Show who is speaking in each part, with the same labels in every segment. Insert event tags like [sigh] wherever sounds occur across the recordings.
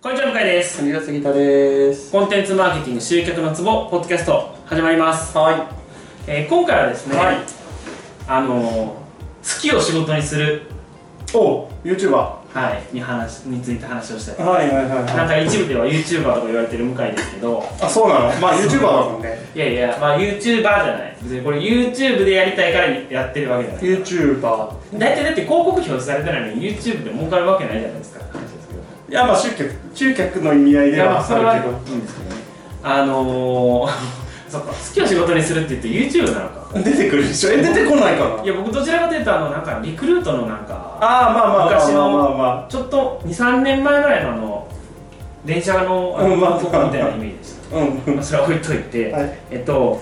Speaker 1: こんにちは、向井です。
Speaker 2: 杉田杉田です。
Speaker 1: コンテンツマーケティング集客のツボ、ポッドキャスト、始まります。
Speaker 2: はい。
Speaker 1: えー今回はですね、
Speaker 2: はい
Speaker 1: あのー、好きを仕事にする、
Speaker 2: お、ユーチューバ
Speaker 1: はい、に話、について話をしたい。
Speaker 2: ー。はいはいはい
Speaker 1: なん
Speaker 2: はい。
Speaker 1: か一部では YouTuber とか言われてる向井ですけど、
Speaker 2: あ、そうなの。まあユーチューバーだもんね。
Speaker 1: いやいや、まあ YouTuber じゃない。別にこれ YouTube でやりたいからやってるわけじゃない。
Speaker 2: ユーチューバ
Speaker 1: 大体だって広告表示されてないのに YouTube で儲かるわけないじゃないですか。って話ですけど
Speaker 2: ー。いやまあ集客集客の意味合い
Speaker 1: い
Speaker 2: で
Speaker 1: やま
Speaker 2: は
Speaker 1: あそれは
Speaker 2: あるけど。
Speaker 1: いいんですけどねあのー、 [laughs] そっか好きを仕事にするって言って YouTube なのか。
Speaker 2: 出てくるでしょ。え、出てこないかない
Speaker 1: や僕どちらかというとあのなんかリクルートのなんか
Speaker 2: あーまあまあまあ
Speaker 1: 昔の
Speaker 2: まあまあまあ。
Speaker 1: ちょっと23年前ぐらいのあの電車のあの
Speaker 2: うんまあ
Speaker 1: 広告みたいなイメージでし
Speaker 2: うん
Speaker 1: た、まあ、それは置いといて、
Speaker 2: はい
Speaker 1: えっと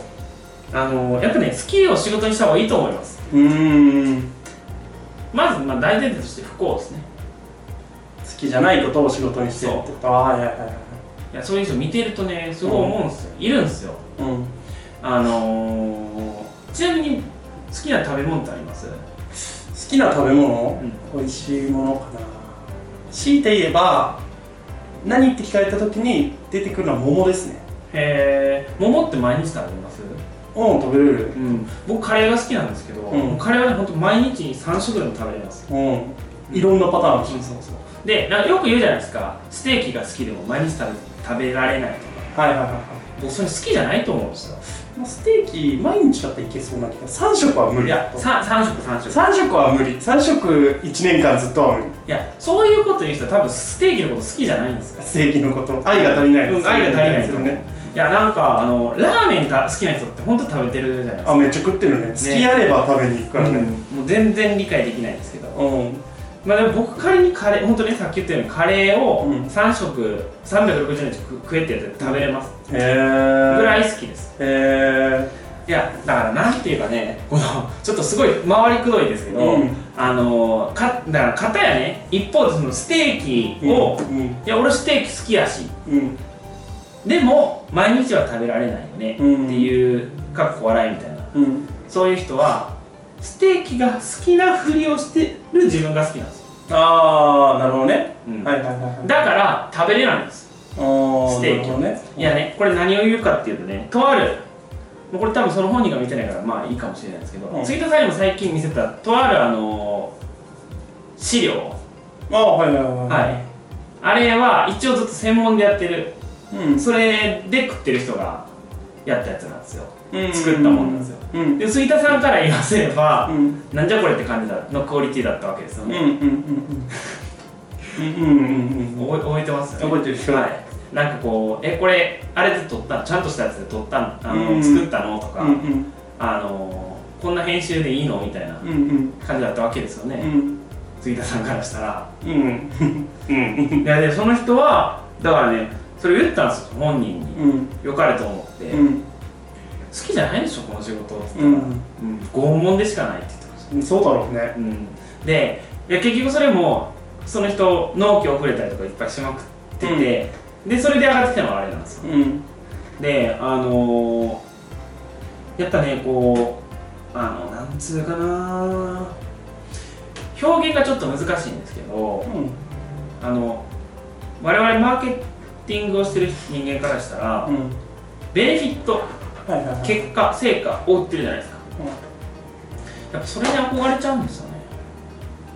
Speaker 1: あのー、やっぱね好きを仕事にした方がいいと思います
Speaker 2: うん。うーん。
Speaker 1: まずまあ大前提として不幸ですね
Speaker 2: 好きじゃないことを仕事にしてるってこと。あーはいはいはいはい。
Speaker 1: いやそういう人見てるとねすごい思うんですよ、いるんですよ
Speaker 2: うん。
Speaker 1: あのー、ちなみに好きな食べ物ってあります
Speaker 2: 好きな食べ物、
Speaker 1: う
Speaker 2: 美味しいものかな強いて言えば何って聞かれた時に出てくるのは桃ですね
Speaker 1: へえ桃って毎日食べます
Speaker 2: うん食べれ
Speaker 1: う
Speaker 2: る
Speaker 1: ん僕カレーが好きなんですけど、
Speaker 2: うん
Speaker 1: カレーはね本当毎日3食でも食べれます
Speaker 2: うんいろんなパターンあるし、
Speaker 1: そうそうでなんかよく言うじゃないですかステーキが好きでも毎日食べ食べられないとか
Speaker 2: はいはいはいは
Speaker 1: 僕それ好きじゃないと思うんですよ
Speaker 2: いもうステーキ毎日だったらいけそうな気が3食は無理
Speaker 1: いや 3, 三食3食
Speaker 2: 3食は無理3食1年間ずっとは無理
Speaker 1: いやそういうこと言う人は多分ステーキのこと好きじゃないんですか
Speaker 2: ステーキのこと愛が足りな
Speaker 1: う
Speaker 2: い
Speaker 1: ん愛が足りない
Speaker 2: ですよね
Speaker 1: いやなんかあのラーメンが好きな人って本当食べてるじゃないです
Speaker 2: あ
Speaker 1: か
Speaker 2: めっちゃ食ってるね付き合えば食べに行くから
Speaker 1: うん
Speaker 2: ね
Speaker 1: もう全然理解できないですけど
Speaker 2: うん、
Speaker 1: まあでも僕仮にカレー本当にさっき言ったようにカレーを
Speaker 2: うん
Speaker 1: 3食360日食食えってやって食べれます
Speaker 2: へえ
Speaker 1: ぐら
Speaker 2: い
Speaker 1: い好きです
Speaker 2: へえ
Speaker 1: いやだからなんていうかねこのちょっとすごい回りくどいですけど、
Speaker 2: うん
Speaker 1: あのかだから片やね一方でそのステーキを、い
Speaker 2: うん
Speaker 1: や俺ステーキ好きやし
Speaker 2: うん
Speaker 1: でも毎日は食べられないよねって
Speaker 2: うん
Speaker 1: いうかっこ笑いみたいな
Speaker 2: うん
Speaker 1: そういう人はステーキが好きなふりをしてる自分が好きなんですよ、
Speaker 2: ああなるほどね、
Speaker 1: うん
Speaker 2: はいはいはいはい
Speaker 1: だから食べれないんですス
Speaker 2: ス
Speaker 1: テーキを
Speaker 2: ね
Speaker 1: いやねこれ何を言うかっていうとねとあるもうこれ多分その本人が見てないからまあいいかもしれないですけど、
Speaker 2: うん
Speaker 1: 杉田さんにも最近見せたとあるあのー資料、
Speaker 2: ああはいはいはい
Speaker 1: はいあれは一応ずっと専門でやってる
Speaker 2: うん
Speaker 1: それで食ってる人がやったやつなんですよ
Speaker 2: うん
Speaker 1: 作ったもんなんですよ
Speaker 2: うん
Speaker 1: で杉田さんから言わせれば、
Speaker 2: うん
Speaker 1: なんじゃこれって感じだのクオリティだったわけですよ
Speaker 2: うんうん
Speaker 1: ね、
Speaker 2: うんうんうんうんう
Speaker 1: 覚
Speaker 2: ん
Speaker 1: え覚えてますよね
Speaker 2: 覚えてる
Speaker 1: はいなんかこうえこれあれで撮ったのちゃんとしたやつで撮ったのあの、
Speaker 2: うん
Speaker 1: 作ったのとか、
Speaker 2: うんうん
Speaker 1: あのー、こんな編集でいいのみたいな
Speaker 2: うんうん
Speaker 1: 感じだったわけですよ
Speaker 2: う
Speaker 1: ね、
Speaker 2: ん
Speaker 1: 杉田さんからしたら。
Speaker 2: うんうん
Speaker 1: いやでその人はだからねそれ言ったんですよ本人に、
Speaker 2: うん
Speaker 1: 良かれと思って、
Speaker 2: う
Speaker 1: 好
Speaker 2: ん
Speaker 1: きじゃないでしょこの仕事って
Speaker 2: う
Speaker 1: 言ったら、
Speaker 2: ん
Speaker 1: うん拷問でしかないって言ってまし
Speaker 2: うんそうだろうね
Speaker 1: た、うん、でいや結局それもその人納期遅れたりとかいっぱいしまくってて、でそれで上がってきたのがあれなんですよ
Speaker 2: うん
Speaker 1: であのー、やっぱねこうあのなんつうかな表現がちょっと難しいんですけど
Speaker 2: うん
Speaker 1: あの我々マーケティングをしてる人間からしたら、
Speaker 2: うん
Speaker 1: ベネフィット
Speaker 2: はいはいはい
Speaker 1: 結果成果を追ってるじゃないですか
Speaker 2: う
Speaker 1: やっぱそれに憧れちゃうんですよ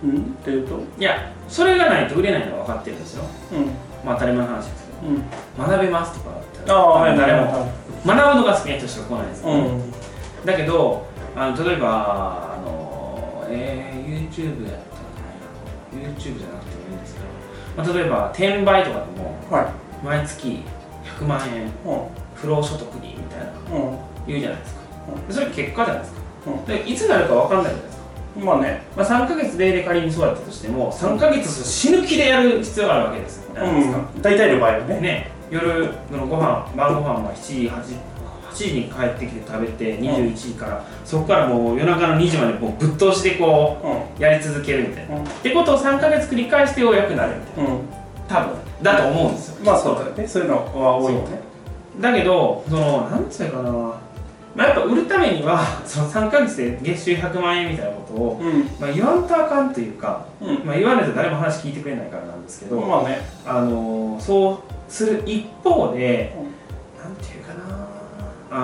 Speaker 1: ね
Speaker 2: んうんっていうと
Speaker 1: いやそれがないと売れないのは分かってるんですよ
Speaker 2: うん
Speaker 1: まあ当たり前の話ですけど
Speaker 2: うん
Speaker 1: 学べますとかだったら
Speaker 2: ああはいはい
Speaker 1: 誰
Speaker 2: はい
Speaker 1: も学ぶのが好きな人しか来ないですよね、
Speaker 2: うん
Speaker 1: だけどあの例えばあの、えー、YouTube やったらね YouTube じゃなくてもいいんですけど、まあ、例えば転売とかでも
Speaker 2: はい
Speaker 1: 毎月100万円
Speaker 2: う
Speaker 1: 不労所得にみたいなん
Speaker 2: うん
Speaker 1: 言うじゃないですか
Speaker 2: うん
Speaker 1: でそれ結果じゃないですかでいつなるか分かんないじゃないですか、
Speaker 2: うんまあね
Speaker 1: まあ、3ヶ月例で仮にそうだったとしても3ヶ月死ぬ気でやる必要があるわけですよじゃないですか、
Speaker 2: うん大体の場合はね
Speaker 1: ね夜のご飯晩ご飯は7時8時8時に帰ってきて食べて21時から、そこからもう夜中の2時までもうぶっ通してこ
Speaker 2: うん
Speaker 1: うやり続けるみたいな、
Speaker 2: うん
Speaker 1: ってことを3ヶ月繰り返してようやくなるみたい
Speaker 2: うん
Speaker 1: な多分だと思うんですよ
Speaker 2: まあそうだよね、そういうのは多いよね。
Speaker 1: だけどそのなんつうのかなまあ、やっぱ売るためにはその3ヶ月で月収100万円みたいなことを、
Speaker 2: うん
Speaker 1: まあ、言わんとあかんというか、
Speaker 2: うん
Speaker 1: まあ、言わないと誰も話聞いてくれないからなんですけど、
Speaker 2: まあね
Speaker 1: あのーそうする一方でなんていうかな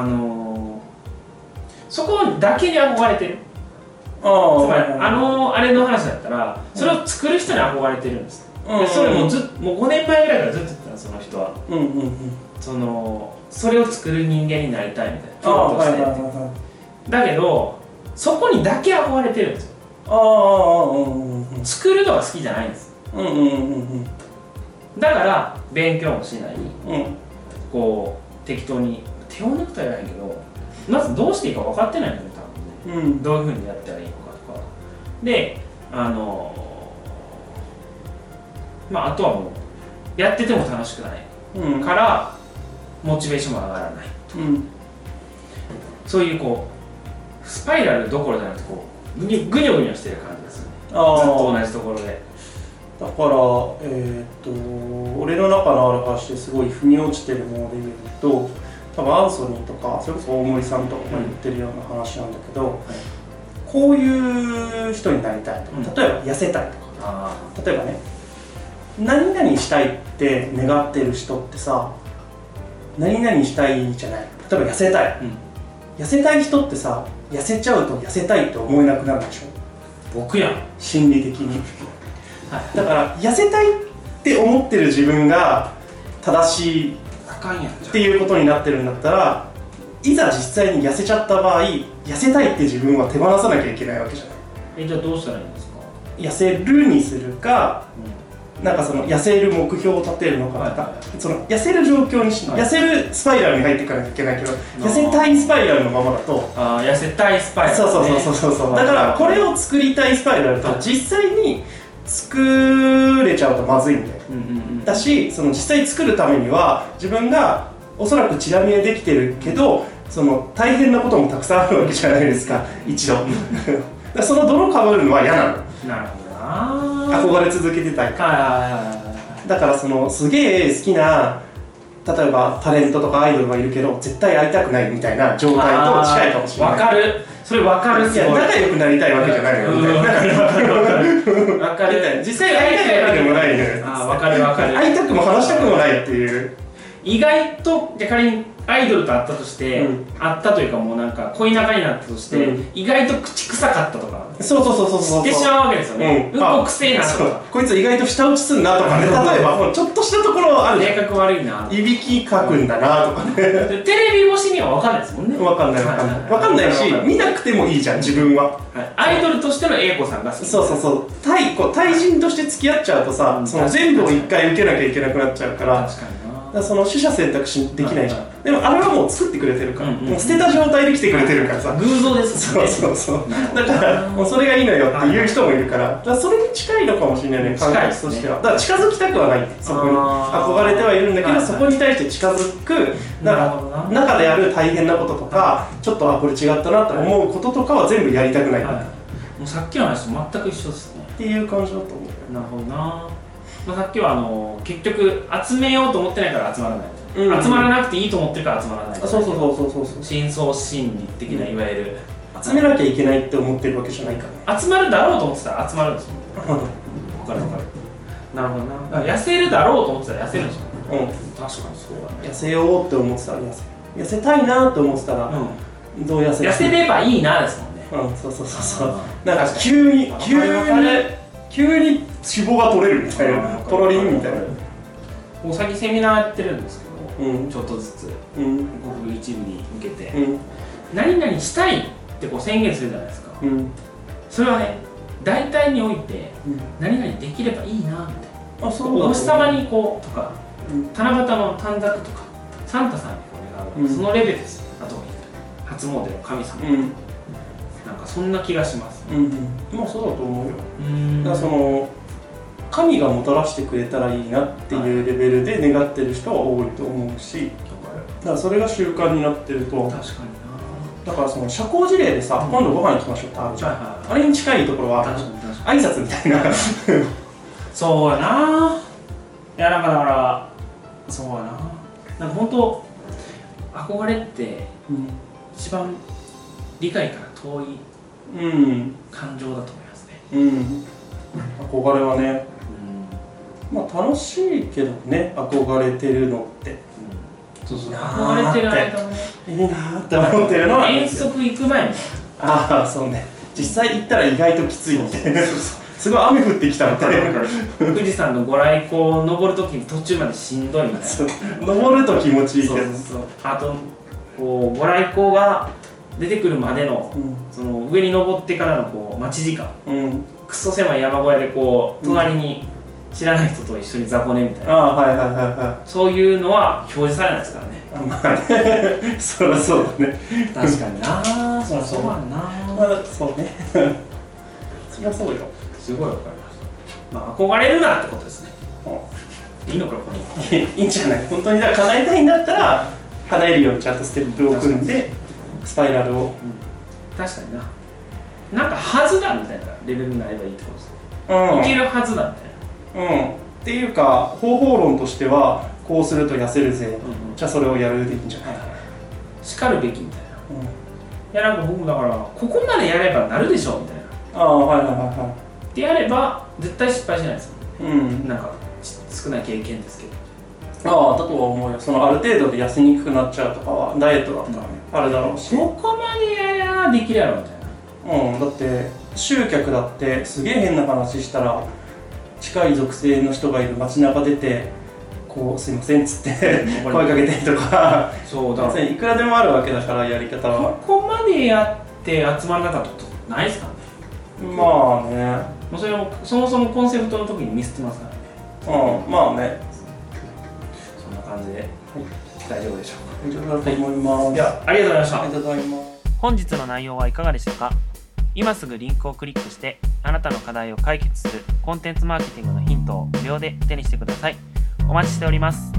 Speaker 1: あのーそこだけに憧れてる
Speaker 2: ああ
Speaker 1: つまりあのーあれの話だったらそれを作る人に憧れてるんです、でそれもうずっもう5年前ぐらいからずっと言ってたのその人は
Speaker 2: うんうんうん
Speaker 1: そのそれを作る人間になりたいみたいなプ
Speaker 2: あ
Speaker 1: ロ
Speaker 2: あ
Speaker 1: と
Speaker 2: は
Speaker 1: し
Speaker 2: いは
Speaker 1: て、
Speaker 2: いはいはい
Speaker 1: だけどそこにだけ憧れてるんですよ
Speaker 2: ああうんうん
Speaker 1: 作るのが好きじゃないんです
Speaker 2: うんうんうんうん
Speaker 1: だから勉強もしない
Speaker 2: うん
Speaker 1: こう適当に手を抜くとは言わないけどまずどうしていいか分かってないのね多分ね
Speaker 2: うん
Speaker 1: どういうふうにやったらいいのかとかであのまああとはもうやってても楽しくない
Speaker 2: うん
Speaker 1: からモチベーションも上がらない
Speaker 2: うん
Speaker 1: そういうこうスパイラルどころじゃなくてこうぐにょぐにょぐにょしてる感じがするね
Speaker 2: あ
Speaker 1: ずっ
Speaker 2: あ
Speaker 1: と同じところで
Speaker 2: だから、えーっと俺の中のある話ですごい腑に落ちてるもので言うと多分アンソニーとかそれこそ大森さんとかも言ってるような話なんだけど、こういう人になりたいとか、
Speaker 1: うん
Speaker 2: 例えば痩せたいと
Speaker 1: あ
Speaker 2: か例えばね何々したいって願ってる人ってさ何々したいじゃない例えば痩せたい
Speaker 1: あ、うん、
Speaker 2: 痩せたい人ってさ痩せちゃうと痩せたいって思えなくなるでしょ
Speaker 1: 僕やん
Speaker 2: 心理的に、
Speaker 1: は
Speaker 2: だから痩せたいって思ってる自分が正しい
Speaker 1: あかんやんじ
Speaker 2: っていうことになってるんだったらいざ実際に痩せちゃった場合痩せたいって自分は手放さなきゃいけないわけじゃな
Speaker 1: えじゃあどうしたらいいんですか、
Speaker 2: い痩せるにするかなんかその痩せる目標を立てるのかとか、
Speaker 1: はいはい
Speaker 2: その痩せる状況にし、
Speaker 1: はい
Speaker 2: 痩せるスパイラルに入っていかなきゃいけないけど
Speaker 1: ー
Speaker 2: 痩せたいスパイラルのままだと
Speaker 1: ああ痩せたいスパイラル、
Speaker 2: そう
Speaker 1: ね、
Speaker 2: そうそうそうそう、だからこれを作りたいスパイラルと実際に作れちゃうとまずいんだよ
Speaker 1: うんうんうん
Speaker 2: だしその実際作るためには自分がおそらくチラ見えできてるけどその大変なこともたくさんあるわけじゃないですか一度だからその泥かぶるのは嫌なの
Speaker 1: なるほどなー
Speaker 2: 憧れ続けてたい
Speaker 1: はいはいはいはい
Speaker 2: だからそのすげえ好きな例えばタレントとかアイドルがいるけど絶対会いたくないみたいな状態と近いかもしれない
Speaker 1: わかるそれわかる
Speaker 2: い
Speaker 1: す
Speaker 2: や
Speaker 1: ごい
Speaker 2: 仲良くなりたいわけじゃないのよみたいな
Speaker 1: わかる
Speaker 2: 実際会いたいわけでもないのよ
Speaker 1: あーわかるわかる
Speaker 2: 会いたくも話したくもないっていう
Speaker 1: 意外とじゃあ仮にアイドルと会ったとして、
Speaker 2: うん
Speaker 1: 会ったというかもうなんか恋仲になったとして、
Speaker 2: うん
Speaker 1: 意外と口臭かったとか
Speaker 2: そうそうそうそう
Speaker 1: 知
Speaker 2: そう
Speaker 1: ってしまうわけですよね、うん、
Speaker 2: あ
Speaker 1: こくせえなと
Speaker 2: そう
Speaker 1: か
Speaker 2: こいつ意外と舌打ちすんなとかね例えばもうちょっとしたところあるじ
Speaker 1: 性格悪いな
Speaker 2: ゃんいびきかくんだなとかね
Speaker 1: でテレビ越しには分かんないですもんね
Speaker 2: 分かんない分かんない
Speaker 1: わ
Speaker 2: 分かんないし
Speaker 1: わかん
Speaker 2: 見なくてもいいじゃん自分は
Speaker 1: はいアイドルとしての A 子さんが好き
Speaker 2: そうそうそう対こう対人として付き合っちゃうとさ
Speaker 1: うん
Speaker 2: その全部を一回受けなきゃいけなくなっちゃうから
Speaker 1: 確かにな
Speaker 2: だからその取捨選択肢できないじゃ
Speaker 1: は
Speaker 2: んでもあれはもう作ってくれてるから
Speaker 1: うんうん
Speaker 2: もう捨てた状態で来てくれてるからさ
Speaker 1: 偶像です
Speaker 2: そうそうそうだからもうそれがいいのよっていう人もいるからだからそれに近いのかもしれないね
Speaker 1: 近
Speaker 2: 感
Speaker 1: い
Speaker 2: 覚
Speaker 1: です
Speaker 2: と
Speaker 1: ね
Speaker 2: してはだから近づきたくはないそこに
Speaker 1: あー
Speaker 2: 憧れてはいるんだけ
Speaker 1: はい
Speaker 2: ど
Speaker 1: はい
Speaker 2: そこに対して近づくだ
Speaker 1: なるほど
Speaker 2: か
Speaker 1: な
Speaker 2: ら中でやる大変なこととかちょっとあこれ違ったなって思うこととかは全部やりたくないっ
Speaker 1: はい、もうさっきの話と全く一緒ですね
Speaker 2: ていう感じだと思うよ
Speaker 1: なるほどな、まあ、さっきはあの結局集めようと思ってないから集まらない、
Speaker 2: うん
Speaker 1: 集まらなくていいと思ってるから集まらない
Speaker 2: あそうそうそうそうそうそう
Speaker 1: 深層心理的な、
Speaker 2: う
Speaker 1: いわゆる
Speaker 2: 集めなきゃいけないって思ってるわけじゃないからね
Speaker 1: 集まるだろうと思ってたら集まるんですもんねわかるわかるなるほどなだから痩せるだろうと思ってたら痩せるんですもんね
Speaker 2: うん
Speaker 1: 確かにそうだ
Speaker 2: 痩せようって思ってたら痩せ痩せたいなって思ってたら
Speaker 1: ね、
Speaker 2: どう痩
Speaker 1: うん、
Speaker 2: せる
Speaker 1: 痩せればいいなですもんね
Speaker 2: うんそうそうそうそう
Speaker 1: あー
Speaker 2: なんか急に
Speaker 1: わか
Speaker 2: 急に
Speaker 1: るわかる
Speaker 2: 急に脂肪が取れるみたい
Speaker 1: あ
Speaker 2: な
Speaker 1: ー
Speaker 2: とろりんみたいな
Speaker 1: もう最近セミナーやってるんですけど
Speaker 2: うん
Speaker 1: ちょっとずつ
Speaker 2: うん
Speaker 1: ごく一部に向けて、
Speaker 2: うん
Speaker 1: 何々したいってこう宣言するじゃないですか
Speaker 2: うん
Speaker 1: それはね大体において
Speaker 2: うん
Speaker 1: 何々できればいいなみたいな
Speaker 2: あ
Speaker 1: こうお日様にこうとか
Speaker 2: うん
Speaker 1: 七夕の短冊とかサンタさんにお願い、
Speaker 2: うん
Speaker 1: そのレベルですあと初詣の神様、
Speaker 2: うん
Speaker 1: なんかそんな気がします
Speaker 2: うんうんまあそうだと思うよ
Speaker 1: うん
Speaker 2: だからその神がもたらしてくれたらいいなっていうレベルで願ってる人は多いと思うしだからそれが習慣になってると
Speaker 1: 確かにな
Speaker 2: だからその社交辞令でさ
Speaker 1: うん
Speaker 2: 今度ご飯行きましょうってあるじゃん
Speaker 1: はい
Speaker 2: あれに近いところは
Speaker 1: 確かに確かに
Speaker 2: 挨拶みたいな
Speaker 1: そうやないやなんかだからそうやななんか本当憧れって
Speaker 2: うん
Speaker 1: 一番理解から遠い
Speaker 2: うん
Speaker 1: 感情だと思いますね、
Speaker 2: うん憧れはねまあ楽しいけどね憧れてるのって
Speaker 1: そうそう
Speaker 2: あー
Speaker 1: 憧れてる間もね
Speaker 2: いいなーって思ってるのは
Speaker 1: 遠足行く前に
Speaker 2: ああそうね実際行ったら意外ときついみたいなすごい雨降ってきたみたいな
Speaker 1: 富士山のご来光を登るときに途中までしんどいみたいな
Speaker 2: そう登ると気持ちいいけど
Speaker 1: そうそうあとこうご来光が出てくるまでのその上に登ってからのこう待ち時間
Speaker 2: うん、うん、
Speaker 1: クソ狭い山小屋でこう隣に知らない人と一緒に雑魚寝みたいな、
Speaker 2: ああはいはいはいは
Speaker 1: そういうのは表示されないですからね
Speaker 2: いあまあねそりゃそうだね
Speaker 1: 確かにな
Speaker 2: そうそう
Speaker 1: だな
Speaker 2: あそうね [laughs] そりゃそうよ
Speaker 1: すごいわかりましたまあ憧れるなってことですねいいのかこれ
Speaker 2: いやいいんじゃない本当にだから叶えたいんだったら叶えるようにちゃんとステップを組んでスパイラルを
Speaker 1: 確かにななんかはずだみたいなレベルになればいいってことですね、
Speaker 2: うん
Speaker 1: いけるはずだみたいな
Speaker 2: うん、っていうか方法論としてはこうすると痩せるぜ、
Speaker 1: うんうん
Speaker 2: じゃあそれをやるでいいんじゃない、
Speaker 1: しかるべきみたいないやなんか僕もだからここまでやればなるでしょみたいな
Speaker 2: ああはいはいは
Speaker 1: でやれば絶対失敗しないです
Speaker 2: いはいうん
Speaker 1: なんかち少ない経験ですけど
Speaker 2: ああだとは思うよそのある程度で痩せにくくなっちゃうとかはダイエットだったらね、あれだろうし、う、
Speaker 1: ここまでやりゃできるやろみたいなん
Speaker 2: だって集客だってすげえ変な話したら近い属性の人がいる街中出てこうすいませんっつって声かけたりとか
Speaker 1: そうだ
Speaker 2: 別
Speaker 1: から
Speaker 2: にいくらでもあるわけだからやり方は
Speaker 1: ここまでやって集まらなかったことないですからね
Speaker 2: まあね
Speaker 1: もうそれもそもそもコンセプトの時にミスってますからね
Speaker 2: うんまあね
Speaker 1: そんな感じで大丈夫でしょう
Speaker 2: 以上だと思います、
Speaker 1: かではありがとうございました
Speaker 2: ありがとうございます
Speaker 1: 本日の内容はいかがでしたか今すぐリンクをクリックしてあなたの課題を解決するコンテンツマーケティングのヒントを無料で手にしてくださいお待ちしております